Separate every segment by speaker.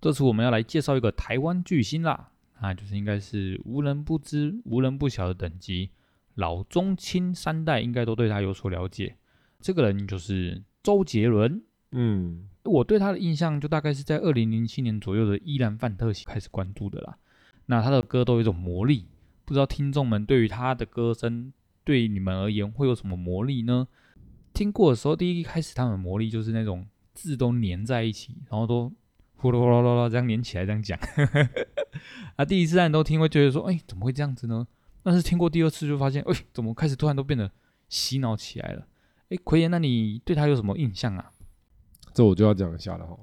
Speaker 1: 这次我们要来介绍一个台湾巨星啦，啊，就是应该是无人不知、无人不晓的等级，老中青三代应该都对他有所了解。这个人就是周杰伦。
Speaker 2: 嗯，
Speaker 1: 我对他的印象就大概是在二零零七年左右的《依兰范特西》开始关注的啦。那他的歌都有一种魔力，不知道听众们对于他的歌声对你们而言会有什么魔力呢？听过的时候，第一开始他们的魔力就是那种字都粘在一起，然后都呼噜呼噜呼噜这样粘起来这样讲。 啊，第一次让都听会觉得说，哎，怎么会这样子呢？但是听过第二次就发现，哎，怎么开始突然都变得洗脑起来了？哎，奎爷，那你对他有什么印象啊？
Speaker 2: 这我就要讲一下了哈。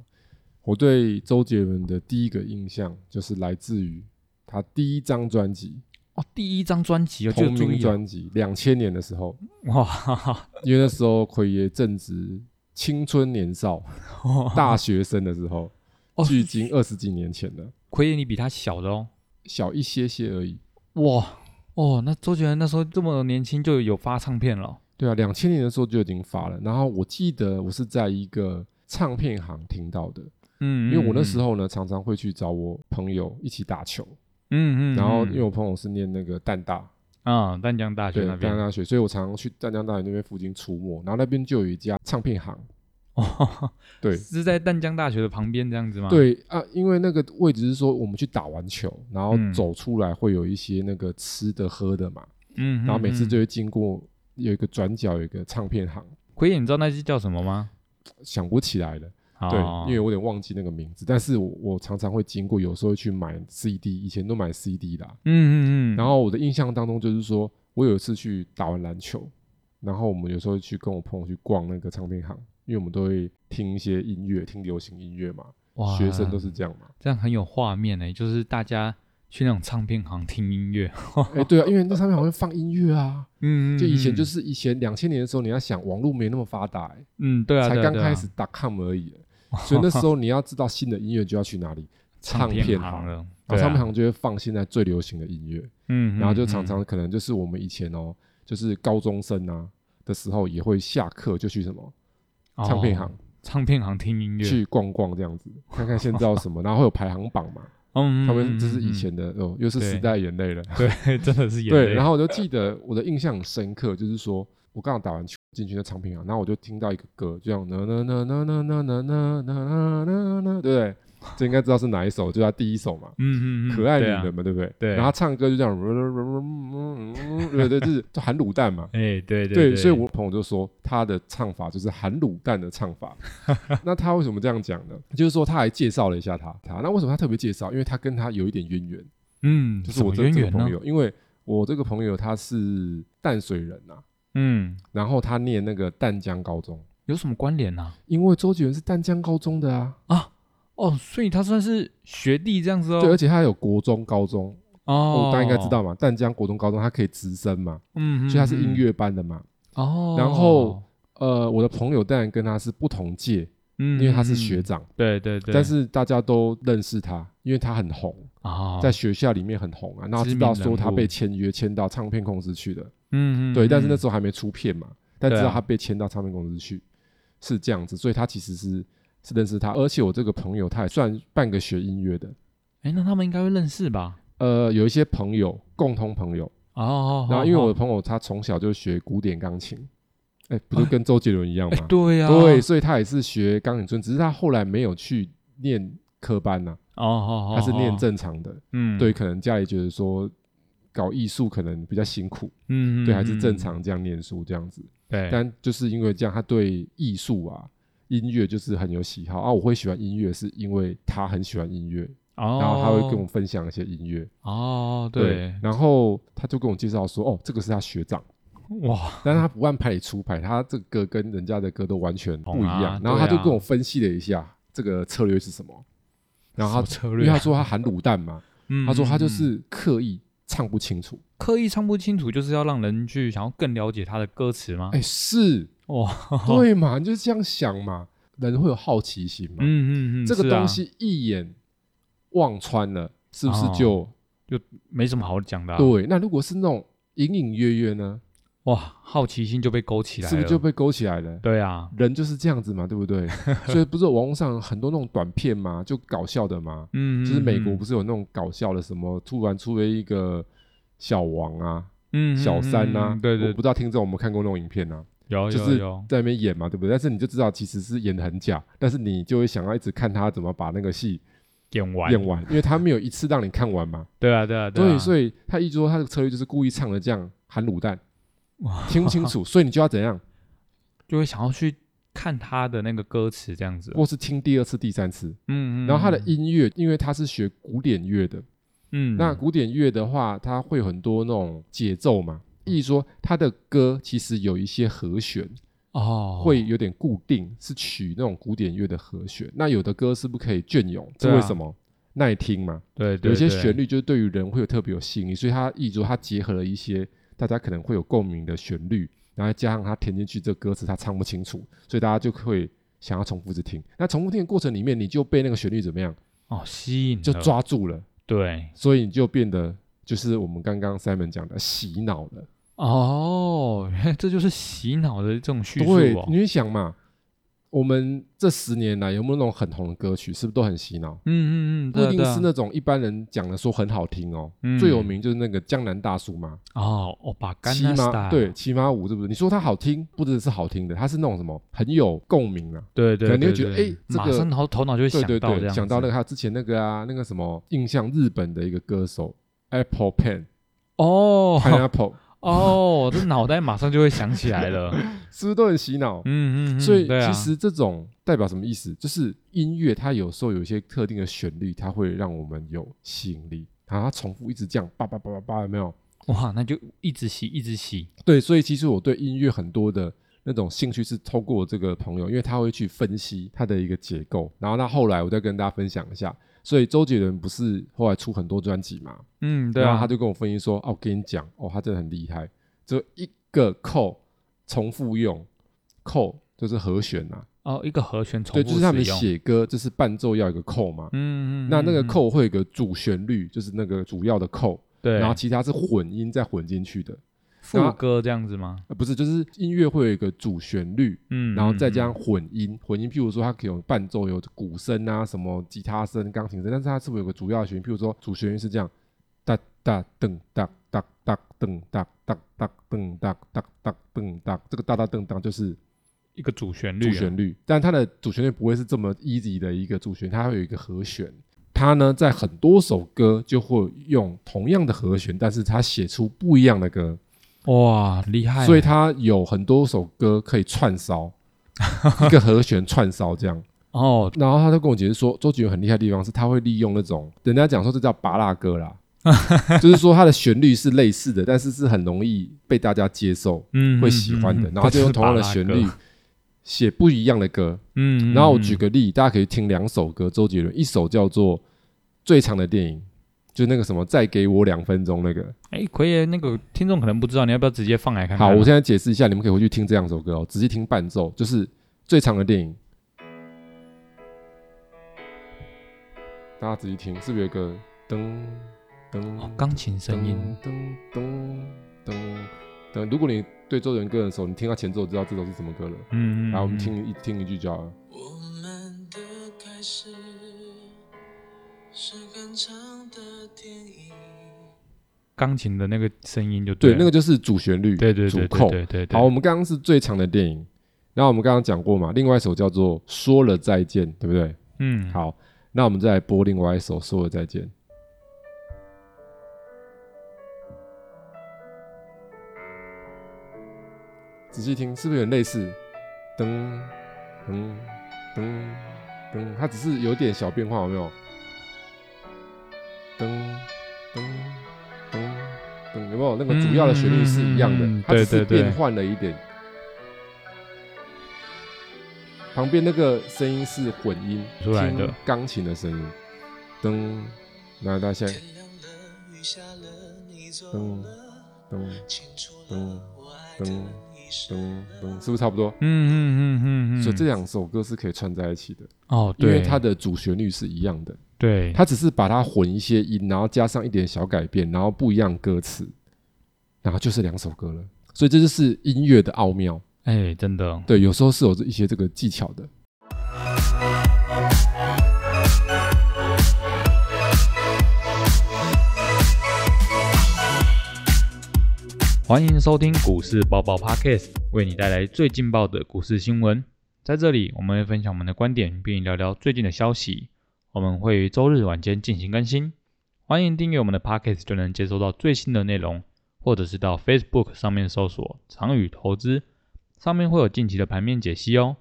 Speaker 2: 我对周杰伦的第一个印象就是来自于他第一张专辑
Speaker 1: 哦，第一张专辑哦，就
Speaker 2: 同
Speaker 1: 注
Speaker 2: 名
Speaker 1: 意了
Speaker 2: 专辑，两千年的时候，
Speaker 1: 哇， 哈哈
Speaker 2: 因为那时候奎爷正值青春 年少、大学生的时候，
Speaker 1: 哦
Speaker 2: 距今二十几年前了，
Speaker 1: 奎爷你比他小的哦，
Speaker 2: 小一些些而已。
Speaker 1: 哇哦，那周杰伦那时候这么年轻就有发唱片了哦，
Speaker 2: 对啊，两千年的时候就已经发了。然后我记得我是在一个唱片行听到的，
Speaker 1: 嗯，
Speaker 2: 因为我那时
Speaker 1: 候，
Speaker 2: 候呢常常会去找我朋友一起打球，
Speaker 1: 嗯嗯，
Speaker 2: 然后
Speaker 1: 嗯
Speaker 2: 因为我朋友是念那个淡大，
Speaker 1: 啊，淡江大学
Speaker 2: 对
Speaker 1: 那
Speaker 2: 淡
Speaker 1: 边
Speaker 2: 江，大学，所以我常常去淡江大学那边附近出没，然后那边就有一家唱片行，
Speaker 1: 哦，
Speaker 2: 对
Speaker 1: 是在淡江大学的旁边这样子吗？，
Speaker 2: 对啊，因为那个位置是说我们去打完球，然后
Speaker 1: 嗯
Speaker 2: 走出来会有一些那个吃的喝的嘛，
Speaker 1: 嗯，
Speaker 2: 然后每次
Speaker 1: 嗯
Speaker 2: 就会经过有一个转角有一个唱片行，
Speaker 1: 奎爷，你知道那支叫什么吗？
Speaker 2: 想不起来了，对，
Speaker 1: 哦
Speaker 2: 因为我有点忘记那个名字，但是我我常常会经过，有时候会去买 CD，以前都买 CD 啦，
Speaker 1: 嗯嗯嗯，
Speaker 2: 然后我的印象当中就是说，我有一次去打完篮球，然后我们有时候去跟我朋友去逛那个唱片行，因为我们都会听一些音乐，听流行音乐嘛，
Speaker 1: 哇，
Speaker 2: 学生都是这样嘛。
Speaker 1: 这样很有画面呢，就是大家去那种唱片行听音乐，
Speaker 2: 哎、对啊，因为那唱片行会放音乐啊，
Speaker 1: 嗯，嗯
Speaker 2: 就以前
Speaker 1: 嗯
Speaker 2: 就是以前两千年的时候，你要想网络没那么发达、欸，
Speaker 1: 嗯，对啊，
Speaker 2: 才
Speaker 1: 对啊
Speaker 2: 刚
Speaker 1: 对啊
Speaker 2: 开始 .com 而已、所以那时候你要知道新的音乐就要去哪里，
Speaker 1: 唱
Speaker 2: 片
Speaker 1: 片
Speaker 2: 行
Speaker 1: 行了，
Speaker 2: 然后
Speaker 1: 对
Speaker 2: 唱片
Speaker 1: 啊
Speaker 2: 行就会放现在最流行的音乐。
Speaker 1: 嗯，
Speaker 2: 然后就
Speaker 1: 嗯
Speaker 2: 常
Speaker 1: 嗯
Speaker 2: 常可能就是我们以前哦，就是高中生啊的时候，也会下课就去什么唱片行
Speaker 1: 哦、唱片行听音乐，
Speaker 2: 去逛逛这样子， 看看现在有什么，然后会有排行榜嘛。
Speaker 1: 嗯，嗯
Speaker 2: 他们这是
Speaker 1: 嗯
Speaker 2: 以
Speaker 1: 嗯
Speaker 2: 前的哦，又是
Speaker 1: 对
Speaker 2: 时代眼泪了。
Speaker 1: 对， 真的是眼
Speaker 2: 对，
Speaker 1: 泪。
Speaker 2: 然
Speaker 1: 后
Speaker 2: 后我就记得我的印象很深刻，就是说我刚好打完球进去那唱片行，然后我就听到一个歌，就这样呢呢呢呢呢呢呢呢呢呢呢，对不对？这应该知道是哪一首，就他第一首嘛。
Speaker 1: 嗯嗯嗯，
Speaker 2: 可爱女
Speaker 1: 对啊
Speaker 2: 人，嘛，对不对？
Speaker 1: 对
Speaker 2: 然后她唱歌就这样， 对对，就是就含卤蛋嘛。
Speaker 1: 哎，对
Speaker 2: 对
Speaker 1: 对，
Speaker 2: 所以我朋友就说他的唱法就是含卤蛋的唱 法。那他为什么这样讲呢？就是说他还介绍了一下他，他那为什么他特别介绍？因为他跟他有一点渊源，
Speaker 1: 嗯，
Speaker 2: 就是
Speaker 1: 什
Speaker 2: 我
Speaker 1: 么
Speaker 2: 这
Speaker 1: 渊
Speaker 2: 这个
Speaker 1: 源呢
Speaker 2: 朋？友，因为我这个朋友他是淡水人啊，
Speaker 1: 嗯，
Speaker 2: 然后他念那个淡江高中，
Speaker 1: 有什么关联呢？
Speaker 2: 因为周杰伦是淡江高中的啊，
Speaker 1: 哦，所以他算是学弟这样子哦。
Speaker 2: 对，而且他有国中、高中，
Speaker 1: 哦，
Speaker 2: 大家应该知道嘛，淡江国中、高中他可以直升嘛，
Speaker 1: 嗯，嗯，
Speaker 2: 所以他是
Speaker 1: 嗯
Speaker 2: 音乐班的嘛。
Speaker 1: 哦。
Speaker 2: 然后，呃，我的朋友当然跟他是不同届，
Speaker 1: 嗯，
Speaker 2: 因为他是
Speaker 1: 嗯
Speaker 2: 学，
Speaker 1: 嗯
Speaker 2: 长。
Speaker 1: 对对对，
Speaker 2: 但是大家都认识他，因为他很红，
Speaker 1: 啊，
Speaker 2: 在学校里面很红啊。然后
Speaker 1: 知
Speaker 2: 知
Speaker 1: 名
Speaker 2: 道说
Speaker 1: 人
Speaker 2: 他
Speaker 1: 物
Speaker 2: 被签约签到唱片公司去的，
Speaker 1: 嗯嗯，
Speaker 2: 对。但是那
Speaker 1: 嗯
Speaker 2: 时候还没出片嘛，但
Speaker 1: 对
Speaker 2: 知道
Speaker 1: 啊
Speaker 2: 他被签到唱片公司去是这样子，所以他其实是是认识他。而且我这个朋友他也算半个学音乐的，
Speaker 1: 哎，那他们应该会认识吧？
Speaker 2: 呃，有一些朋友共同朋友。
Speaker 1: 哦，
Speaker 2: 然后因为我的
Speaker 1: 哦
Speaker 2: 朋友他从小就学古典钢琴，哎，不就跟周杰伦一样
Speaker 1: 哎
Speaker 2: 吗？
Speaker 1: 对呀，
Speaker 2: 啊对，所以他也是学钢琴村，只是他后来没有去念科班呐、
Speaker 1: 哦哦，
Speaker 2: 他是念
Speaker 1: 哦，
Speaker 2: 正常的。
Speaker 1: 嗯，
Speaker 2: 对，可能家里觉得说搞艺术可能比较辛苦，
Speaker 1: 嗯，嗯
Speaker 2: 对，还是正，
Speaker 1: 嗯
Speaker 2: 常这样念书这样子。
Speaker 1: 对，
Speaker 2: 但就是因为这样，他对艺术啊、音乐就是很有喜好啊。我会喜欢音乐，是因为他很喜欢音乐，
Speaker 1: 然
Speaker 2: 然后他会跟我分享一些音乐。
Speaker 1: 哦，对，
Speaker 2: 然后他就跟我介绍说，哦，这个是他学长，
Speaker 1: 哇，
Speaker 2: 但是他不按牌理出牌，他这个歌跟人家的歌都完全不一样。
Speaker 1: 懂啊
Speaker 2: 然后他就
Speaker 1: 对啊
Speaker 2: 跟我分析了一下这个策略是什么，然后
Speaker 1: 什么
Speaker 2: 他
Speaker 1: 策
Speaker 2: 因
Speaker 1: 略
Speaker 2: 为
Speaker 1: 啊，
Speaker 2: 他说他含卤蛋嘛，
Speaker 1: 嗯
Speaker 2: 他说他就
Speaker 1: 嗯嗯
Speaker 2: 是刻意唱不清楚。
Speaker 1: 刻意唱不清楚，就是要让人去想要更了解他的歌词吗？
Speaker 2: 哎、是
Speaker 1: 啊哇，
Speaker 2: 对嘛？你就这样想嘛，人会有好奇心嘛。
Speaker 1: 嗯嗯嗯，
Speaker 2: 这个
Speaker 1: 是啊
Speaker 2: 东西一眼望穿了，是不是
Speaker 1: 哦
Speaker 2: 就、
Speaker 1: 没什么好讲的啊，
Speaker 2: 对？那如果是那种隐隐约约呢？
Speaker 1: 哇，好奇心就被勾起来了，
Speaker 2: 是不是就被勾起来了？
Speaker 1: 对啊，
Speaker 2: 人就是这样子嘛，对 不对？所以不是网络上很多那种短片嘛，就搞笑的嘛，
Speaker 1: 嗯，
Speaker 2: 就是美国
Speaker 1: 嗯
Speaker 2: 不是有那种搞笑的，什么突然出了一个小王啊、
Speaker 1: 嗯
Speaker 2: 小三
Speaker 1: 嗯
Speaker 2: 啊，
Speaker 1: 嗯对
Speaker 2: 我
Speaker 1: 对，
Speaker 2: 不知道听众有没有看过那种影片啊，
Speaker 1: 有
Speaker 2: 就
Speaker 1: 有
Speaker 2: 是
Speaker 1: 有，
Speaker 2: 在那边演嘛，对不对？但是你就知道其实是演的很假，但是你就会想要一直看他怎么把那个戏
Speaker 1: 演完，
Speaker 2: 演完，因为他没有一次让你看完嘛。
Speaker 1: 对啊对啊
Speaker 2: 对，
Speaker 1: 啊，
Speaker 2: 所以他一直说他的策略就是故意唱的这样含卤蛋，听不清 楚，所以你就要怎样，
Speaker 1: 就会想要去看他的那个歌词这样子，
Speaker 2: 或是听第二次、第三次。
Speaker 1: 啊嗯嗯，
Speaker 2: 然后他的
Speaker 1: 嗯
Speaker 2: 音乐，因为他是学古典乐的，
Speaker 1: 嗯，
Speaker 2: 那古典乐的话，它会有很多那种节奏嘛。意思说，他的歌其实有一些和弦
Speaker 1: 哦
Speaker 2: 会有点固定，是取那种古典乐的和弦。那有的歌是不可以隽永，
Speaker 1: 对
Speaker 2: 这
Speaker 1: 啊
Speaker 2: 为什么？耐听嘛，
Speaker 1: 对对
Speaker 2: 有一些
Speaker 1: 对
Speaker 2: 旋律就是对于人会有特别有吸引力，所以它意思说它结合了一些大家可能会有共鸣的旋律，然后加上它填进去这个歌词，它唱不清楚，所以大家就会想要重复着听。那重复听的过程里面，你就被那个旋律怎么样，
Speaker 1: 哦吸引
Speaker 2: 就
Speaker 1: 了
Speaker 2: 抓住了。
Speaker 1: 对
Speaker 2: 所以你就变得就是我们刚刚 Simon 讲的洗脑了。
Speaker 1: 哦，原来这就是洗脑的这种叙述
Speaker 2: 对，
Speaker 1: 哦，
Speaker 2: 你会想嘛，我们这十年来有没有那种很红的歌曲，是不是都很洗脑？
Speaker 1: 嗯嗯嗯，
Speaker 2: 不
Speaker 1: 对啊
Speaker 2: 一定
Speaker 1: 对啊
Speaker 2: 是那种一般人讲的说很好听哦，
Speaker 1: 嗯
Speaker 2: 最有名就是那个江南大叔嘛，
Speaker 1: 哦，哦，把干
Speaker 2: 骑
Speaker 1: 那
Speaker 2: 马
Speaker 1: style
Speaker 2: 对骑马舞是不是？你说它好听，不只是好听的，它是那种什么很有共鸣啊，
Speaker 1: 对对，
Speaker 2: 可能你会
Speaker 1: 对
Speaker 2: 觉得
Speaker 1: 对
Speaker 2: 诶这
Speaker 1: 马
Speaker 2: 个
Speaker 1: 上头头脑就会
Speaker 2: 对对
Speaker 1: 到这
Speaker 2: 对，
Speaker 1: 样，
Speaker 2: 想到 那个，还有之前那个啊，那个什么印象日本的一个歌手 Apple Pen
Speaker 1: 哦
Speaker 2: Pineapple
Speaker 1: 哦，这脑袋马上就会想起来 了，
Speaker 2: 是不是都很洗脑？
Speaker 1: 嗯嗯嗯，
Speaker 2: 所以
Speaker 1: 对啊
Speaker 2: 其实这种代表什么意思？就是音乐它有时候有一些特定的旋律，它会让我们有吸引力。然后它重复一直这样叭叭叭叭叭，有没有？
Speaker 1: 哇，那就一直洗一直洗，
Speaker 2: 对，所以其实我对音乐很多的那种兴趣是透过这个朋友，因为他会去分析它的一个结构。然后那后来我再跟大家分享一下。所以周杰伦不是后来出很多专辑嘛？
Speaker 1: 嗯，对
Speaker 2: 然
Speaker 1: 啊，
Speaker 2: 后他就跟我分析说：“哦，我跟你讲，哦，他真的很厉害，就一个扣重复用扣就是和弦啊呐、
Speaker 1: 哦一个和弦重
Speaker 2: 对，
Speaker 1: 复
Speaker 2: 就是他
Speaker 1: 使
Speaker 2: 们
Speaker 1: 用，
Speaker 2: 写歌，就是伴奏要有一个扣嘛。
Speaker 1: 嗯嗯，
Speaker 2: 那那个
Speaker 1: 嗯，
Speaker 2: 扣会有一个主旋律，就是那个主要的扣，
Speaker 1: 对，
Speaker 2: 然后其他是混音再混进去的，然
Speaker 1: 副
Speaker 2: 后
Speaker 1: 歌这样子吗？
Speaker 2: 呃，不是，就是音乐会有一个主旋律，
Speaker 1: 嗯，
Speaker 2: 然后再
Speaker 1: 嗯
Speaker 2: 加上，混音，混音譬如说它可以有伴奏，有鼓声啊，什么吉他声、钢琴声，但是它是不是有个主要的旋律？譬如说主旋律是这样，哒哒噔哒哒哒噔哒哒哒噔哒哒哒噔哒，这个哒哒噔哒就是
Speaker 1: 一个主旋律
Speaker 2: 主
Speaker 1: 啊，
Speaker 2: 旋律，但它的主旋律不会是这么 easy 的一个主旋律，它会有一个和弦。它呢，在很多首歌就会用同样的和弦，但是它写出不一样的歌，
Speaker 1: 哇，厉害，
Speaker 2: 所以它有很多首歌可以串烧，一个和弦串烧这样。
Speaker 1: 哦，
Speaker 2: 然后他就跟我解释说，周杰伦很厉害的地方是他会利用那种人家讲说这叫拔蜡 歌啦，就是说它的旋律是类似的，但是是很容易被大家接受、
Speaker 1: 嗯，
Speaker 2: 会
Speaker 1: 嗯
Speaker 2: 喜
Speaker 1: 嗯
Speaker 2: 欢的，
Speaker 1: 嗯
Speaker 2: 然后
Speaker 1: 这
Speaker 2: 就是用同样的
Speaker 1: 巴拉
Speaker 2: 旋
Speaker 1: 歌
Speaker 2: 律写不一样的歌。
Speaker 1: 嗯，嗯
Speaker 2: 然后我
Speaker 1: 嗯
Speaker 2: 举个例，大家可以听两首歌，周杰伦，一首叫做《最长的电影》，就那个什么“再给我两分钟”那个。
Speaker 1: 哎，奎爷，那个听众可能不知道，你要不要直接放来看看
Speaker 2: 好，
Speaker 1: 啊？
Speaker 2: 我现在解释一下，你们可以回去听这两首歌哦，仔细听伴奏，就是最长的电影。大家仔细听，是不是有一个噔噔
Speaker 1: 哦钢琴声音，
Speaker 2: 噔噔噔噔？如果你对周杰伦歌很熟，你听到前奏就知道这首是什么歌了。
Speaker 1: 嗯嗯，
Speaker 2: 来，我们
Speaker 1: 嗯，
Speaker 2: 听一听一句就好了。
Speaker 3: 我们的开始是很长的电影，
Speaker 1: 钢琴的那个声音就
Speaker 2: 对，
Speaker 1: 了
Speaker 2: 那个就是主旋律，
Speaker 1: 对对对
Speaker 2: 主
Speaker 1: 对
Speaker 2: 扣。
Speaker 1: 对对对，
Speaker 2: 好，我们刚刚是最长的电影，然后我们刚刚讲过嘛，另外一首叫做《说了再见》，对不对？
Speaker 1: 嗯，
Speaker 2: 好，那我们再来播另外一首《说了再见》。仔细听，是不是有点类似？噔噔噔噔，它只是有点小变化，有没有？噔噔噔噔，有没有？那个主要的旋律是一样的，
Speaker 1: 嗯嗯嗯嗯嗯
Speaker 2: 它只是
Speaker 1: 对对对
Speaker 2: 变换了一点。旁边那个声音是混音
Speaker 1: 出来的
Speaker 2: 听钢琴的声音，噔，那大家现在
Speaker 3: 天亮了，雨下了，你走
Speaker 2: 嗯
Speaker 3: 了，
Speaker 2: 噔
Speaker 3: 清楚
Speaker 2: 嗯
Speaker 3: 了，我爱的
Speaker 2: 嗯
Speaker 3: 已是
Speaker 2: 噔噔，是不是差不多？
Speaker 1: 嗯嗯嗯嗯嗯，
Speaker 2: 所以这两首歌是可以串在一起的，
Speaker 1: 哦，
Speaker 2: 因
Speaker 1: 对，
Speaker 2: 为它的主旋律是一样的，
Speaker 1: 对
Speaker 2: 它只是把它混一些音，然后加上一点小改变，然后不一样歌词，然后就是两首歌了。所以这就是音乐的奥妙。
Speaker 1: 哎，真的，
Speaker 2: 对，有时候是有一些这个技巧的。
Speaker 1: 欢迎收听股市爆爆 Podcast，为你带来最劲爆的股市新闻。在这里，我们会分享我们的观点，并聊聊最近的消息。我们会于周日晚间进行更新，欢迎订阅我们的 Podcast，就能接收到最新的内容，或者是到 Facebook 上面搜索“长宇投资”，上面会有近期的盘面解析哦。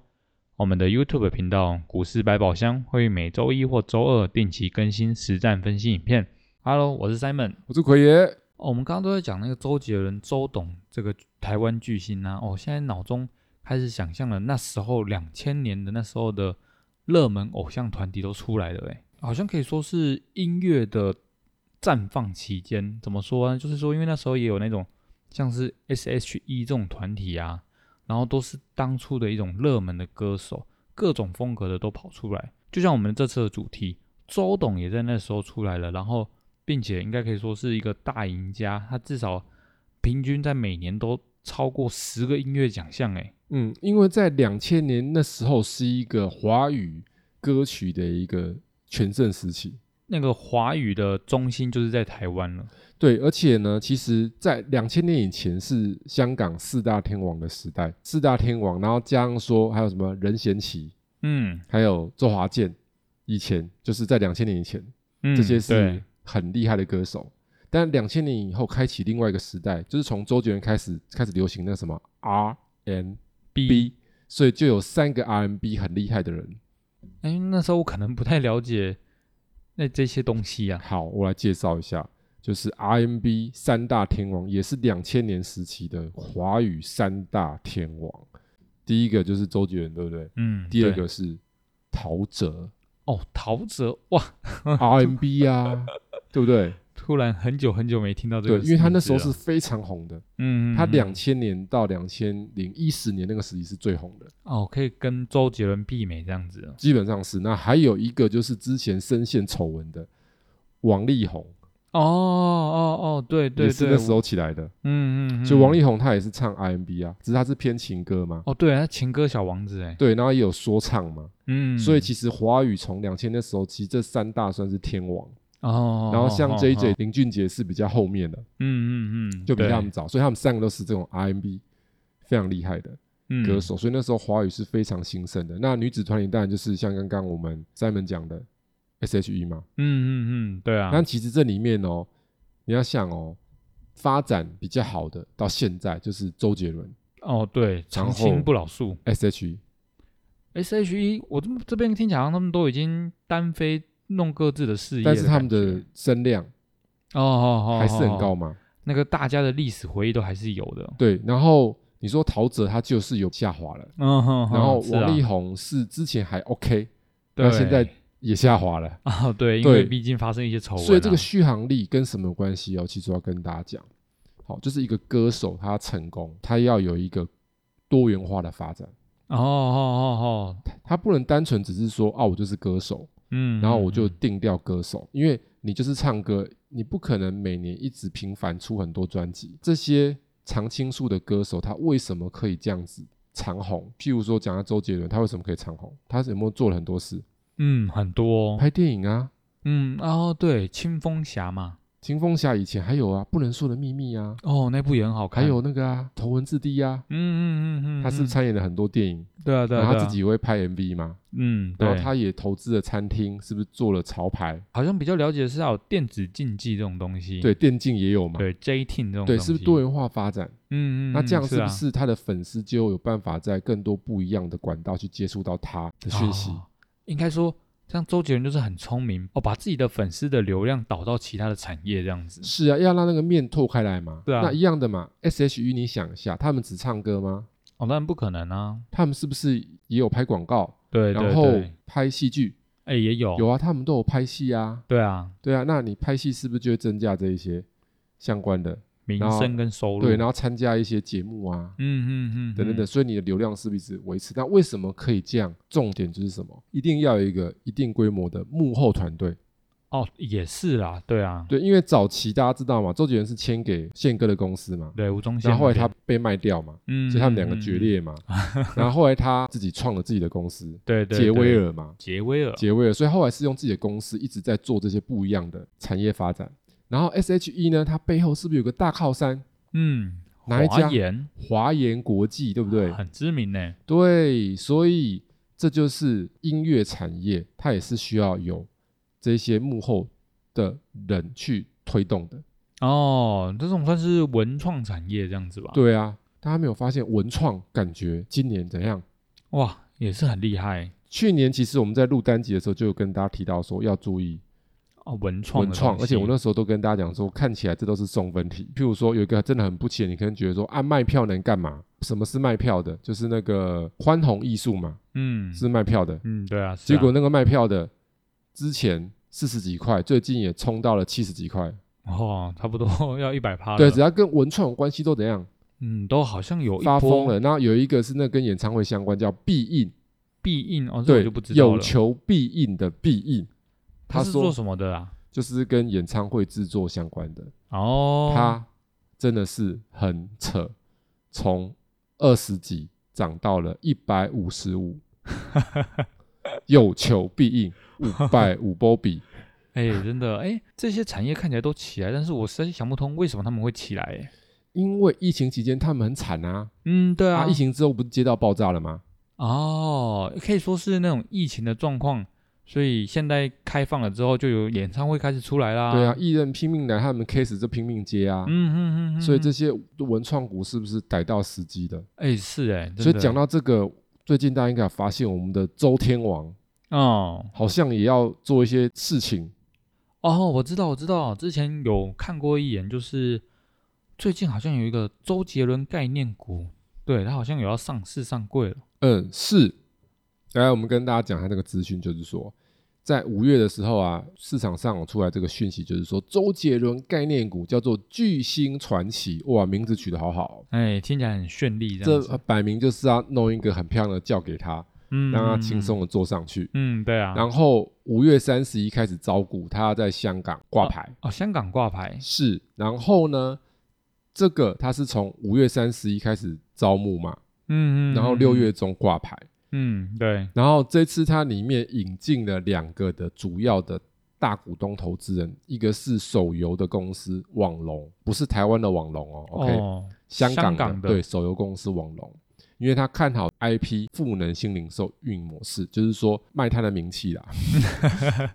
Speaker 1: 我们的 YouTube 频道“股市百宝箱”会于每周一或周二定期更新实战分析影片。Hello，我是 Simon。
Speaker 2: 我是奎爷，
Speaker 1: 哦，我们刚刚都在讲那个周杰伦、周董这个台湾巨星啊，哦，现在脑中开始想象了那时候两千年的那时候的热门偶像团体都出来了，哎，好像可以说是音乐的绽放期间。怎么说呢？就是说，因为那时候也有那种像是 S.H.E 这种团体啊，然后都是当初的一种热门的歌手，各种风格的都跑出来。就像我们这次的主题，周董也在那时候出来了，然后并且应该可以说是一个大赢家，他至少平均在每年都超过十个音乐奖项，哎诶，
Speaker 2: 嗯，因为在两千年那时候是一个华语歌曲的一个全盛时期，
Speaker 1: 那个华语的中心就是在台湾了。
Speaker 2: 对，而且呢，其实，在两千年以前是香港四大天王的时代，四大天王，然后加上说还有什么任贤齐，
Speaker 1: 嗯，
Speaker 2: 还有周华健，以前就是在两千年以前，
Speaker 1: 嗯
Speaker 2: 这些是
Speaker 1: 对
Speaker 2: 很厉害的歌手。但两千年以后开启另外一个时代，就是从周杰伦开始开始流行那个什么 R N B，所以就有三个 R N B 很厉害的人。
Speaker 1: 哎、那时候我可能不太了解那这些东西啊。
Speaker 2: 好，我来介绍一下，就是 R N B 三大天王，也是两千年时期的华语三大天王。第一个就是周杰伦，对不对？
Speaker 1: 嗯，
Speaker 2: 第二
Speaker 1: 对
Speaker 2: 个是陶 喆
Speaker 1: 哦，陶喆哇，
Speaker 2: R N B 啊，对不对？
Speaker 1: 突然很久很久没听到这个
Speaker 2: 对，
Speaker 1: 名字了，
Speaker 2: 因为他那时候是非常红的，
Speaker 1: 嗯，嗯，
Speaker 2: 他
Speaker 1: 嗯
Speaker 2: 两千年到两千零一十年那个时期是最红的，
Speaker 1: 哦，可以跟周杰伦媲美这样子了。
Speaker 2: 基本上是。那还有一个就是之前深陷丑闻的王力宏，
Speaker 1: 哦哦哦，对对
Speaker 2: 也
Speaker 1: 对，
Speaker 2: 是那时
Speaker 1: 我，
Speaker 2: 候起来的。
Speaker 1: 嗯嗯，嗯
Speaker 2: 就王力宏他也是唱 RMB 啊，只是他是偏情歌嘛，
Speaker 1: 哦，对，他情歌小王子哎，
Speaker 2: 对，然后也有说唱嘛，
Speaker 1: 嗯，
Speaker 2: 所以其实华语从两千的时候，其实这三大算是天王，
Speaker 1: 哦，
Speaker 2: 然后像
Speaker 1: 哦
Speaker 2: J J、
Speaker 1: 哦
Speaker 2: 林俊杰是比较后面的，
Speaker 1: 嗯嗯嗯，
Speaker 2: 就比
Speaker 1: 对
Speaker 2: 他们早，所以他们三个都是这种 RMB 非常厉害的。
Speaker 1: 嗯
Speaker 2: 歌，手，所以那时候华语是非常兴盛的。那女子团体当然就是像刚刚我们 Simon 讲的 S.H.E 嘛，
Speaker 1: 嗯嗯嗯嗯，对啊，
Speaker 2: 但其实这里面哦，你要想哦，发展比较好的到现在就是周杰伦、E，
Speaker 1: 哦对，长
Speaker 2: 后
Speaker 1: 青不老树
Speaker 2: S.H.E，
Speaker 1: ，S.H.E，我这这边听起来好像他们都已经单飞弄各自的事业
Speaker 2: 但
Speaker 1: 感觉，
Speaker 2: 是他们的声量
Speaker 1: 哦哦哦
Speaker 2: 还是很
Speaker 1: 哦
Speaker 2: 高嘛。
Speaker 1: 那个大家的历史回忆都还是有的。
Speaker 2: 对，然后你说陶喆他就是有下滑了，
Speaker 1: 嗯哼哼，
Speaker 2: 然后
Speaker 1: 是啊
Speaker 2: 王力宏是之前还 OK，
Speaker 1: 对
Speaker 2: 那现在也下滑了。
Speaker 1: 啊，对，因
Speaker 2: 对
Speaker 1: 为毕竟发生一些丑闻啊，
Speaker 2: 所以这个续航力跟什么有关系哦？其实我要跟大家讲，好，就是一个歌手他成功，他要有一个多元化的发展，
Speaker 1: 哦哦哦哦，
Speaker 2: 他不能单纯只是说啊，我就是歌手，
Speaker 1: 嗯，
Speaker 2: 然后我就
Speaker 1: 嗯
Speaker 2: 定调歌手，因为你就是唱歌，你不可能每年一直频繁出很多专辑。这些常青树的歌手，他为什么可以这样子长红？譬如说讲到周杰伦，他为什么可以长红？他有没有做了很多事？
Speaker 1: 嗯很多哦，
Speaker 2: 拍电影啊，
Speaker 1: 嗯哦对，清风侠嘛，
Speaker 2: 《青蜂侠》以前还有啊，《不能说的秘密》啊，
Speaker 1: 哦那部也很好看，
Speaker 2: 还有那个啊，头文字 D 啊，
Speaker 1: 嗯嗯嗯嗯，
Speaker 2: 他是
Speaker 1: 嗯
Speaker 2: 参演了很多电影，
Speaker 1: 对啊对啊，
Speaker 2: 然后
Speaker 1: 对
Speaker 2: 他
Speaker 1: 啊
Speaker 2: 自己也会拍 MV 嘛，
Speaker 1: 嗯，
Speaker 2: 然
Speaker 1: 对，
Speaker 2: 后他也投资了餐厅，是不是做了潮牌？
Speaker 1: 好像比较了解的是要有电子竞技这种东西，
Speaker 2: 对，电竞也有嘛，
Speaker 1: 对 J Team 这种
Speaker 2: 对，
Speaker 1: 东
Speaker 2: 是不是
Speaker 1: 西
Speaker 2: 多元化发展？
Speaker 1: 嗯嗯，
Speaker 2: 那这样
Speaker 1: 嗯
Speaker 2: 是不
Speaker 1: 啊
Speaker 2: 是他的粉丝就有办法在更多不一样的管道去接触到他的讯息？
Speaker 1: 哦应该说，像周杰伦就是很聪明哦，把自己的粉丝的流量导到其他的产业这样子。
Speaker 2: 是啊，要让那个面拓开来嘛。
Speaker 1: 对啊
Speaker 2: 那一样的嘛。S.H.E，你想一下，他们只唱歌吗？
Speaker 1: 哦，当然不可能啊。
Speaker 2: 他们是不是也有拍广告，
Speaker 1: 对对
Speaker 2: 然后
Speaker 1: 对，
Speaker 2: 拍戏剧？
Speaker 1: 哎、也有
Speaker 2: 有啊，他们都有拍戏啊。
Speaker 1: 对啊，
Speaker 2: 对啊，那你拍戏是不是就会增加这一些相关的？
Speaker 1: 名
Speaker 2: 然后
Speaker 1: 声跟收入。
Speaker 2: 对，然后参加一些节目啊，
Speaker 1: 嗯嗯嗯，
Speaker 2: 等等等，
Speaker 1: 嗯，
Speaker 2: 所以你的流量是不是一直维持？那为什么可以这样？重点就是什么？一定要有一个一定规模的幕后团队，
Speaker 1: 哦，也是啦，对啊，
Speaker 2: 对，因为早期大家知道嘛，周杰伦是签给宪哥的公司嘛，
Speaker 1: 对，吴宗宪那边，
Speaker 2: 然后后来他被卖掉嘛，
Speaker 1: 嗯，嗯，
Speaker 2: 所以他们两个
Speaker 1: 嗯
Speaker 2: 决，裂嘛。然后后来他自己创了自己的公司，
Speaker 1: 对对，
Speaker 2: 杰威
Speaker 1: 尔，
Speaker 2: 尔嘛，
Speaker 1: 杰威尔，
Speaker 2: 杰威尔，所以后来是用自己的公司一直在做这些不一样的产业发展。然后 SHE 呢，它背后是不是有个大靠山？
Speaker 1: 嗯，
Speaker 2: 哪一
Speaker 1: 华
Speaker 2: 家
Speaker 1: 研，
Speaker 2: 华研国际，对不对？
Speaker 1: 很知名呢，
Speaker 2: 对，所以这就是音乐产业，它也是需要有这些幕后的人去推动的。
Speaker 1: 哦，这种算是文创产业这样子吧？，
Speaker 2: 对啊，大家没有发现文创感觉今年怎样？
Speaker 1: 哇，也是很厉害
Speaker 2: 去年其实我们在录单集的时候就有跟大家提到说要注意
Speaker 1: 哦，文创的
Speaker 2: 文创，
Speaker 1: 东
Speaker 2: 而且我
Speaker 1: 西
Speaker 2: 那时候都跟大家讲说，看起来这都是送分题。譬如说有一个真的很不解，你可能觉得说啊卖票能干嘛？什么是卖票的？就是那个宽宏艺术嘛，
Speaker 1: 嗯
Speaker 2: 是卖票的。
Speaker 1: 嗯，对啊，是
Speaker 2: 结
Speaker 1: 啊
Speaker 2: 果那个卖票的之前四十几块，最近也冲到了七十几块。
Speaker 1: 哦，差不多要一百趴，
Speaker 2: 对，只要跟文创有关系都怎样
Speaker 1: 嗯，都好像有一
Speaker 2: 发
Speaker 1: 波
Speaker 2: 疯了。然后有一个是那跟演唱会相关，叫必应，
Speaker 1: 必应哦，这我
Speaker 2: 对
Speaker 1: 就不，知道
Speaker 2: 有
Speaker 1: 了。
Speaker 2: 求必应的必应，
Speaker 1: 他
Speaker 2: 他
Speaker 1: 是做
Speaker 2: 说
Speaker 1: 什么的啊？
Speaker 2: 就是跟演唱会制作相关的。
Speaker 1: 哦，
Speaker 2: 他真的是很扯，从二十几涨到了一百五十 五，有求必应，五百五波比。
Speaker 1: 哎，真的哎，这些产业看起来都起来，但是我实在想不通为什么他们会起来。哎
Speaker 2: 因为疫情期间他们很惨啊，
Speaker 1: 嗯，对
Speaker 2: 啊，疫情之后不是街道爆炸了吗？
Speaker 1: 哦，可以说是那种疫情的状况，所以现在开放了之后，就有演唱会开始出来啦。
Speaker 2: 对啊，，艺人拼命来，他们 case 就拼命接啊。
Speaker 1: 嗯嗯嗯，
Speaker 2: 所以
Speaker 1: 嗯
Speaker 2: 这些文创股是不是逮到时机的？
Speaker 1: 哎是哎，真
Speaker 2: 所以
Speaker 1: 的
Speaker 2: 讲到这个，最近大家应该有发现，我们的周天王
Speaker 1: 哦
Speaker 2: 好像也要做一些事情。
Speaker 1: 哦，我知道我知道，之前有看过一眼，就是最近好像有一个周杰伦概念股，对他好像有要上市上柜了。
Speaker 2: 嗯，是。来，我们跟大家讲一下这个资讯，就是说，在五月的时候啊，市场上有出来这个讯息，就是说周杰伦概念股叫做巨星传奇，哇，名字取得好好哦，
Speaker 1: 哎，听起来很绚丽，这样
Speaker 2: 这
Speaker 1: 子，
Speaker 2: 摆明就是要弄一个很漂亮的轿给他，
Speaker 1: 嗯，
Speaker 2: 让他
Speaker 1: 嗯
Speaker 2: 轻。松的坐上去。
Speaker 1: 嗯，对啊。
Speaker 2: 然后五月三十一开始招股，他要在香港挂牌，
Speaker 1: 哦，香港挂牌，
Speaker 2: 是。然后呢，这个他是从五月三十一开始招募嘛，
Speaker 1: 嗯嗯，
Speaker 2: 然后
Speaker 1: 嗯
Speaker 2: 六，月中挂牌。
Speaker 1: 嗯，对，
Speaker 2: 然后这次它里面引进了两个的主要的大股东投资人，一个是手游的公司网龙，不是台湾的网龙哦，OK，
Speaker 1: 哦，
Speaker 2: 香港
Speaker 1: 香港的
Speaker 2: 对手游公司网龙，因为他看好 IP 赋能新零售运营模式，就是说卖他的名气 啦，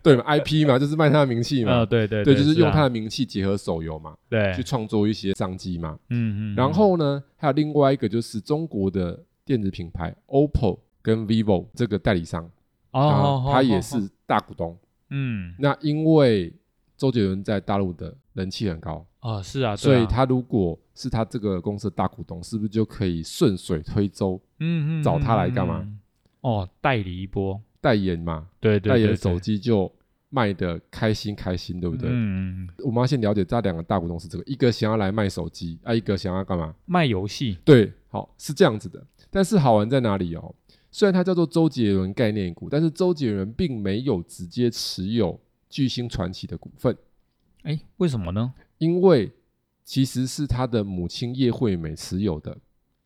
Speaker 2: 对嘛，IP 嘛，就是卖他的名气嘛，
Speaker 1: 呃，对对
Speaker 2: 对，就是用
Speaker 1: 啊
Speaker 2: 他的名气结合手游嘛，
Speaker 1: 对
Speaker 2: 去，创作一些商机嘛。
Speaker 1: 嗯嗯，
Speaker 2: 然
Speaker 1: 嗯
Speaker 2: 后呢，还有另外一个就是中国的电子品牌 OPPO 跟 vivo 这个代理商。
Speaker 1: 哦
Speaker 2: 然
Speaker 1: 哦，
Speaker 2: 后
Speaker 1: 哦
Speaker 2: 他也
Speaker 1: 哦
Speaker 2: 是大股东。
Speaker 1: 嗯，
Speaker 2: 那因为周杰伦在大陆的人气很高，
Speaker 1: 哦，是啊，对
Speaker 2: 所以
Speaker 1: 啊
Speaker 2: 他如果是他这个公司的大股东，是不是就可以顺水推舟
Speaker 1: 嗯嗯，
Speaker 2: 找
Speaker 1: 嗯
Speaker 2: 他来干嘛？
Speaker 1: 嗯哦，代理一波，
Speaker 2: 代言嘛？
Speaker 1: 对对，
Speaker 2: 代
Speaker 1: 对
Speaker 2: 言手，
Speaker 1: 对
Speaker 2: 机就卖的开心开心，对不对？
Speaker 1: 嗯，嗯
Speaker 2: 我们要先了解这两个大股东是这个，一个想要来卖手机，啊，一个想要干嘛？
Speaker 1: 卖游戏，
Speaker 2: 对，好是这样子的。但是好玩在哪里哦？虽然它叫做周杰伦概念股，但是周杰伦并没有直接持有巨星传奇的股份。
Speaker 1: 哎，为什么呢？
Speaker 2: 因为其实是他的母亲叶惠美持有的，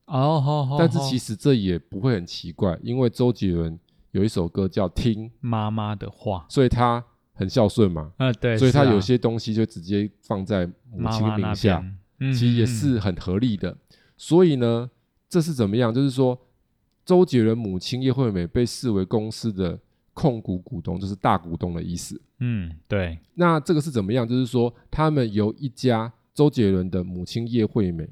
Speaker 1: 哦，好好，
Speaker 2: 但是
Speaker 1: 好
Speaker 2: 其实这也不会很奇怪，因为周杰伦有一首歌叫《听》，
Speaker 1: 妈妈的话，
Speaker 2: 所以他很孝顺嘛，
Speaker 1: 呃，对，
Speaker 2: 所以
Speaker 1: 是
Speaker 2: 他有
Speaker 1: 啊
Speaker 2: 些东西就直接放在母
Speaker 1: 妈
Speaker 2: 亲
Speaker 1: 妈那
Speaker 2: 名下，
Speaker 1: 边，嗯，
Speaker 2: 其实也
Speaker 1: 嗯，嗯
Speaker 2: 是很合理的。所以呢，这是怎么样？就是说，周杰伦母亲叶惠美被视为公司的控股股东，就是大股东的意思。
Speaker 1: 嗯，对，
Speaker 2: 那这个是怎么样？就是说，他们由一家周杰伦的母亲叶惠美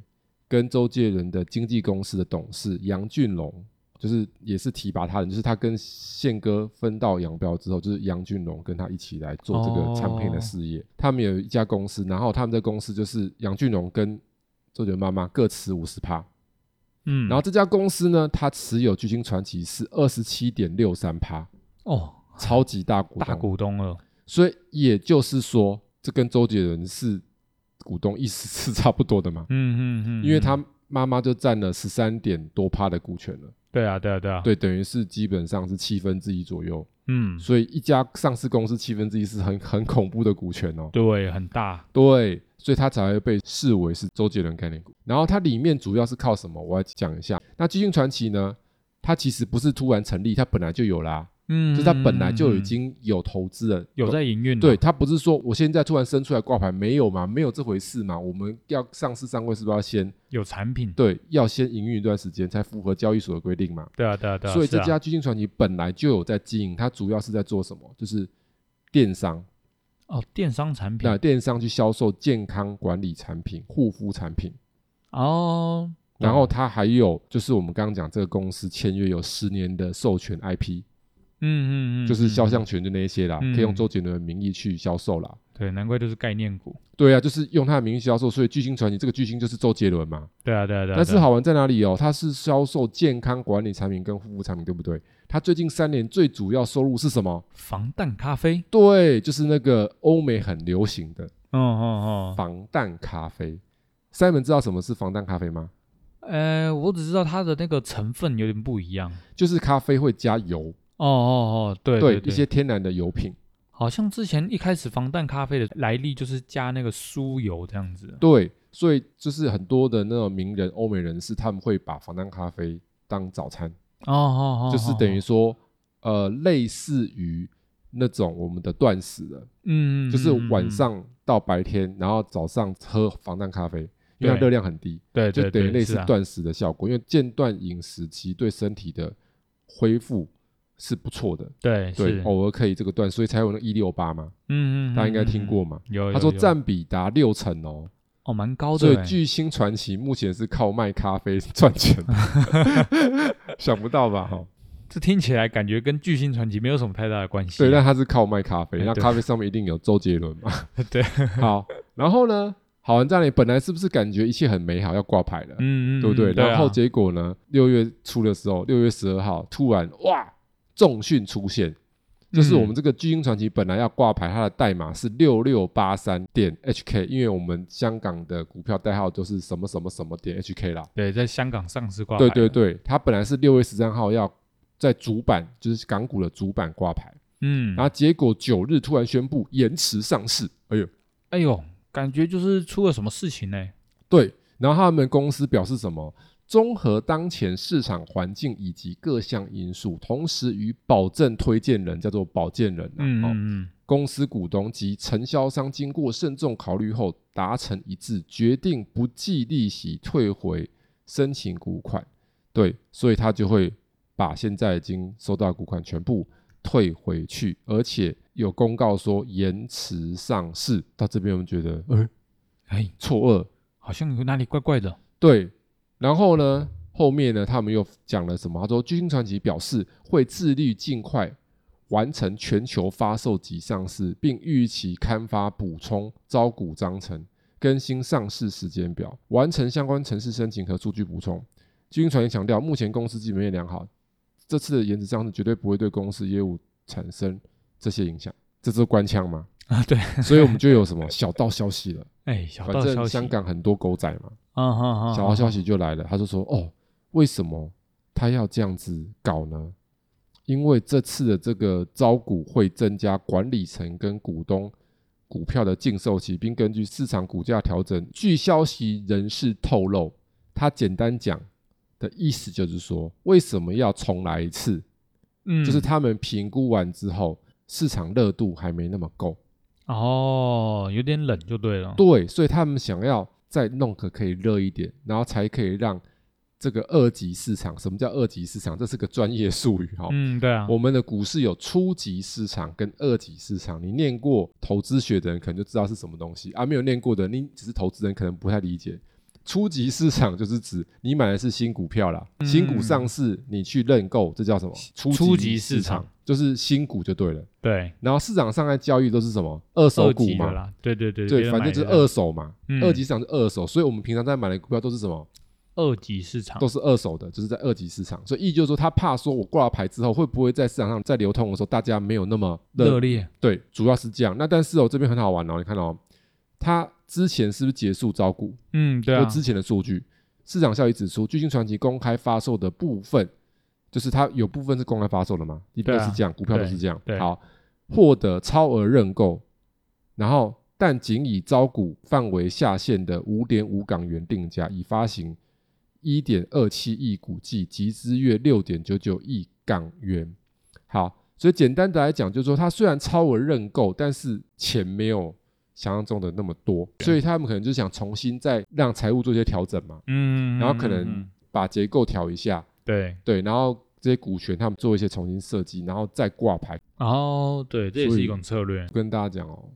Speaker 2: 跟周杰伦的经纪公司的董事杨俊龙，就是也是提拔他人，就是他跟宪哥分道扬镳之后，就是杨俊龙跟他一起来做这个产品的事业。他们有一家公司，然后他们的公司就是杨俊龙跟周杰伦妈妈各持五十趴，
Speaker 1: 嗯，
Speaker 2: 然后这家公司呢，它持有巨星传奇是二十七点六三趴，
Speaker 1: 哦，
Speaker 2: 超级大股
Speaker 1: 大
Speaker 2: 东。
Speaker 1: 股东了，
Speaker 2: 所以也就是说，这跟周杰伦是股东意思是 差不多的嘛，
Speaker 1: 嗯嗯嗯，
Speaker 2: 因为
Speaker 1: 嗯
Speaker 2: 他妈妈就占了十三点多趴的股权了，
Speaker 1: 对啊对啊对啊，
Speaker 2: 对，等于是基本上是七分之一左右。
Speaker 1: 嗯，
Speaker 2: 所以一家上市公司七分之一是很很恐怖的股权哦。
Speaker 1: 对，很大，
Speaker 2: 对，所以它才会被视为是周杰伦概念股。然后它里面主要是靠什么？我要讲一下。那巨星传奇呢？它其实不是突然成立，它本来就有啦，
Speaker 1: 嗯，
Speaker 2: 就是它本来就已
Speaker 1: 嗯
Speaker 2: 经有投资了，
Speaker 1: 有在营运了，
Speaker 2: 对，它不是说我现在突然生出来挂牌没有嘛？没有这回事嘛？我们要上市上柜是不是要先
Speaker 1: 有产品，
Speaker 2: 对要先营运一段时间才符合交易所的规定嘛？
Speaker 1: 对啊，对啊，对啊，
Speaker 2: 所以
Speaker 1: 是
Speaker 2: 这
Speaker 1: 啊
Speaker 2: 家巨星传奇本来就有在经营，它主要是在做什么？就是电商，
Speaker 1: 哦，电商产品
Speaker 2: 那电商去销售健康管理产品、护肤产品，
Speaker 1: 哦，
Speaker 2: 然后它还有就是我们刚刚讲这个公司签约有十年的授权 IP，
Speaker 1: 嗯嗯嗯，
Speaker 2: 就是
Speaker 1: 嗯
Speaker 2: 肖像权就那一些啦，
Speaker 1: 嗯
Speaker 2: 可以用周杰伦的名义去销售啦。
Speaker 1: 对，难怪就是概念股，
Speaker 2: 对啊，就是用他的名义销售，所以巨星传奇这个巨星就是周杰伦嘛。
Speaker 1: 对啊，对啊，对啊，
Speaker 2: 但是
Speaker 1: 对啊，
Speaker 2: 好玩在哪里哦？它是销售健康管理产品跟护肤产品，对不对？它最近三年最主要收入是什么？
Speaker 1: 防弹咖啡，
Speaker 2: 对，就是那个欧美很流行的
Speaker 1: 哦哦哦，
Speaker 2: 防弹咖啡。Simon 知道什么是防弹咖啡吗？
Speaker 1: 呃，我只知道它的那个成分有点不一样，
Speaker 2: 就是咖啡会加油，
Speaker 1: 哦哦哦，对
Speaker 2: 一
Speaker 1: 对，
Speaker 2: 些天然的油品。
Speaker 1: 好像之前一开始防弹咖啡的来历就是加那个酥油这样子，
Speaker 2: 对，所以就是很多的那种名人、欧美人士，他们会把防弹咖啡当早餐，
Speaker 1: 哦哦哦，
Speaker 2: 就是等于
Speaker 1: 哦，
Speaker 2: 说，呃，类似于那种我们的断食的，
Speaker 1: 嗯，嗯
Speaker 2: 就是晚，
Speaker 1: 嗯嗯
Speaker 2: 上到白天，然后早上喝防弹咖啡，因为它
Speaker 1: 对
Speaker 2: 热量很低，
Speaker 1: 对对
Speaker 2: 就等于
Speaker 1: 对，
Speaker 2: 类
Speaker 1: 是
Speaker 2: 似
Speaker 1: 啊，
Speaker 2: 断食的效果。因为间断饮食其实对身体的恢复是不错的，
Speaker 1: 对
Speaker 2: 对，
Speaker 1: 是，嗯
Speaker 2: 偶尔可以这个断，所以才有那一六八嘛，
Speaker 1: 嗯嗯，
Speaker 2: 大家应该
Speaker 1: 嗯
Speaker 2: 听，过嘛。
Speaker 1: 嗯有，
Speaker 2: 他
Speaker 1: 有
Speaker 2: 说
Speaker 1: 有
Speaker 2: 占比达六成哦，
Speaker 1: 哦蛮高
Speaker 2: 所
Speaker 1: 的
Speaker 2: 以
Speaker 1: 欸，
Speaker 2: 巨星传奇目前是靠卖咖啡赚钱的， 想不到吧？哈，
Speaker 1: 这听起来感觉跟巨星传奇没有什么太大的关系，
Speaker 2: 对，但他是靠卖咖啡，
Speaker 1: 哎
Speaker 2: 那
Speaker 1: 对
Speaker 2: 咖啡上面一定有周杰伦嘛？
Speaker 1: 对，
Speaker 2: 好，然后呢，好玩在哪里？本来是不是感觉一切很美好，要挂牌了，
Speaker 1: 嗯嗯，
Speaker 2: 对不对？
Speaker 1: 嗯
Speaker 2: 然后
Speaker 1: 啊
Speaker 2: 结果呢，六月初的时候，六月十二号，突然哇，重讯出现，
Speaker 1: 嗯
Speaker 2: 就是我们这个巨星传奇本来要挂牌，它的代码是六六八三点 HK，因为我们香港的股票代号就是什么什么什么点 HK 啦。
Speaker 1: 对，在香港上市挂牌
Speaker 2: 对
Speaker 1: 的，
Speaker 2: 对对，它本来是六月十三号要在主板，就是港股的主板挂牌，
Speaker 1: 嗯，
Speaker 2: 然后结果九日突然宣布延迟上市。哎呦，
Speaker 1: 哎呦，感觉就是出了什么事情呢、
Speaker 2: 对，然后他们公司表示什么？综合当前市场环境以及各项因素，同时与保证推荐人叫做保荐人、啊，
Speaker 1: 嗯
Speaker 2: 哦，
Speaker 1: 嗯
Speaker 2: 公司股东及承销商经过慎重考虑后达成一致，决定不计利息退回申请股款。对，所以他就会把现在已经收到的股款全部退回去，而且有公告说延迟上市。到这边我们觉得呃
Speaker 1: 嗯，哎，
Speaker 2: 错愕，
Speaker 1: 好像有哪里怪怪的。
Speaker 2: 对，然后呢，后面呢，他们又讲了什么？他说，巨星传奇表示会致力尽快完成全球发售及上市，并预期刊发补充招股章程，更新上市时间表，完成相关城市申请和数据补充。巨星传奇强调，目前公司基本面良好，这次的颜值上市绝对不会对公司业务产生这些影响。这是官腔嘛？
Speaker 1: 啊，对，
Speaker 2: 所以我们就有什么小道消息了。
Speaker 1: 哎，小
Speaker 2: 反
Speaker 1: 道消
Speaker 2: 正
Speaker 1: 息，
Speaker 2: 香港很多狗仔嘛，
Speaker 1: 啊哈哈，
Speaker 2: 小道消息就来了，他就说：“哦，为什么他要这样子搞呢？因为这次的这个招股会增加管理层跟股东股票的禁售期，并根据市场股价调整。据消息人士透露，他简单讲的意思就是说，为什么要重来一次？
Speaker 1: 嗯，
Speaker 2: 就是他们评估完之后，市场热度还没那么够，
Speaker 1: 哦，有点冷就对了。
Speaker 2: 对，所以他们想要再弄个可以热一点，然后才可以让这个二级市场，什么叫二级市场？这是个专业术语哈、
Speaker 1: 嗯，对啊，
Speaker 2: 我们的股市有初级市场跟二级市场，你念过投资学的人可能就知道是什么东西啊，没有念过的你只是投资人可能不太理解。初级市场就是指你买的是新股票啦，新股
Speaker 1: 嗯
Speaker 2: 上市你去认购，这叫什么？初
Speaker 1: 初
Speaker 2: 级
Speaker 1: 级市
Speaker 2: 场
Speaker 1: 场
Speaker 2: 就是新股就对了。
Speaker 1: 对，
Speaker 2: 然后市场上在交易都是什么二手
Speaker 1: 二
Speaker 2: 股
Speaker 1: 级
Speaker 2: 嘛
Speaker 1: 的，啦，对对对别
Speaker 2: 对，
Speaker 1: 人
Speaker 2: 反
Speaker 1: 买
Speaker 2: 正就是
Speaker 1: 的啦
Speaker 2: 二手嘛，
Speaker 1: 嗯
Speaker 2: 二级市场是二手，所以我们平常在买的股票都是什么？
Speaker 1: 二级市场
Speaker 2: 都。是二手的，就是在二级市场。所以意就是说，他怕说我挂了牌之后，会不会在市场上在流通的时候，大家没有那么
Speaker 1: 热
Speaker 2: 热？
Speaker 1: 烈，
Speaker 2: 对，主要是这样。那但是哦，这边很好玩哦，你看哦，他之前是不是结束招股？
Speaker 1: 嗯，对
Speaker 2: 就
Speaker 1: 啊，
Speaker 2: 之前的数据，市场效益指出，巨星传奇公开发售的部分就是它有部分是公开发售的嘛，一
Speaker 1: 对
Speaker 2: 定
Speaker 1: 啊
Speaker 2: 是这样，股票都是这样
Speaker 1: 对。对
Speaker 2: 好，获得超额认购，然后但仅以招股范围下限的五点五港元定价，以发行一点二七亿股计，集资约六点九九亿港元。好，所以简单的来讲，就是说它虽然超额认购，但是钱没有想象中的那么多，所以他们可能就想重新再让财务做一些调整嘛，
Speaker 1: 嗯，
Speaker 2: 然后
Speaker 1: 嗯
Speaker 2: 可
Speaker 1: 嗯
Speaker 2: 能
Speaker 1: 嗯
Speaker 2: 把结构调一下，
Speaker 1: 对，
Speaker 2: 对，然后这些股权他们做一些重新设计，然后再挂牌。
Speaker 1: 然后哦对，这也
Speaker 2: 所
Speaker 1: 是
Speaker 2: 以
Speaker 1: 一种策略。
Speaker 2: 跟大家讲哦，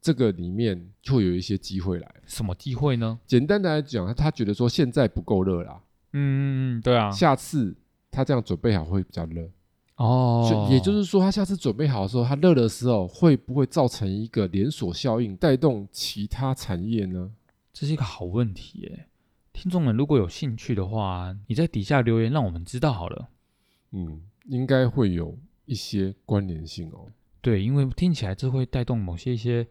Speaker 2: 这个里面就有一些机会来。
Speaker 1: 什么机会呢？
Speaker 2: 简单的来讲，他觉得说现在不够热啦，
Speaker 1: 嗯嗯嗯，对啊，
Speaker 2: 下次他这样准备好会比较热。
Speaker 1: 哦
Speaker 2: 所，以也就是说，他下次准备好的时候，他热的时候会不会造成一个连锁效应，带动其他产业呢？
Speaker 1: 这是一个好问题耶。听众们如果有兴趣的话，你在底下留言让我们知道好了。
Speaker 2: 嗯，应该会有一些关联性哦。
Speaker 1: 对，因为听起来这会带动某些一些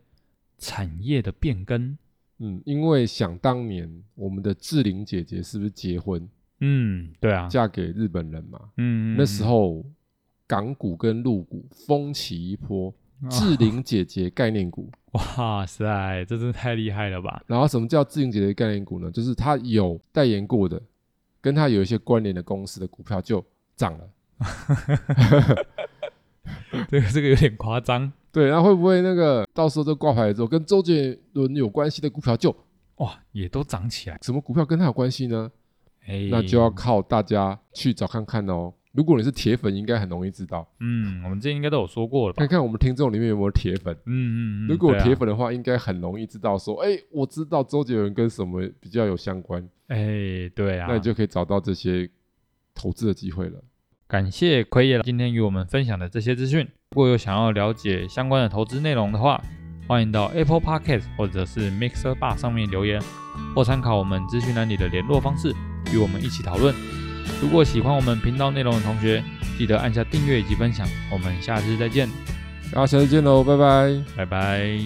Speaker 1: 产业的变更。
Speaker 2: 嗯，因为想当年我们的志玲姐姐是不是结婚
Speaker 1: 嗯，对啊，
Speaker 2: 嫁给日本人嘛？
Speaker 1: 嗯，嗯
Speaker 2: 那时候港股跟陆股风起一波，志玲姐姐概念股。
Speaker 1: 哇塞，这真是太厉害了吧！
Speaker 2: 然后什么叫志玲姐姐概念股呢？就是她有代言过的，跟她有一些关联的公司的股票就涨了。
Speaker 1: 这个这个有点夸张
Speaker 2: 对，那会不会那个到时候这挂牌之后，跟周杰伦有关系的股票就
Speaker 1: 哇，也都涨起来。
Speaker 2: 什么股票跟他有关系呢？
Speaker 1: 哎，
Speaker 2: 那就要靠大家去找看看哦。如果你是铁粉，应该很容易知道。
Speaker 1: 嗯，我们之前应该都有说过了吧
Speaker 2: 看？看我们听众里面有没有铁粉。
Speaker 1: 嗯嗯嗯，
Speaker 2: 如果
Speaker 1: 对
Speaker 2: 有
Speaker 1: 啊
Speaker 2: 铁，粉的话，应该很容易知道说，哎，我知道周杰伦跟什么比较有相关，
Speaker 1: 哎，对啊，
Speaker 2: 那你就可以找到这些投资的机会了。
Speaker 1: 感谢奎爷今天与我们分享的这些资讯。如果有想要了解相关的投资内容的话，欢迎到 Apple Podcast 或者是 Mixer Bar 上面留言，或参考我们资讯栏里的联络方式，与我们一起讨论。如果喜欢我们频道内容的同学，记得按下订阅以及分享。我们下次再见，
Speaker 2: 大家下次见喽，拜拜。
Speaker 1: 拜拜。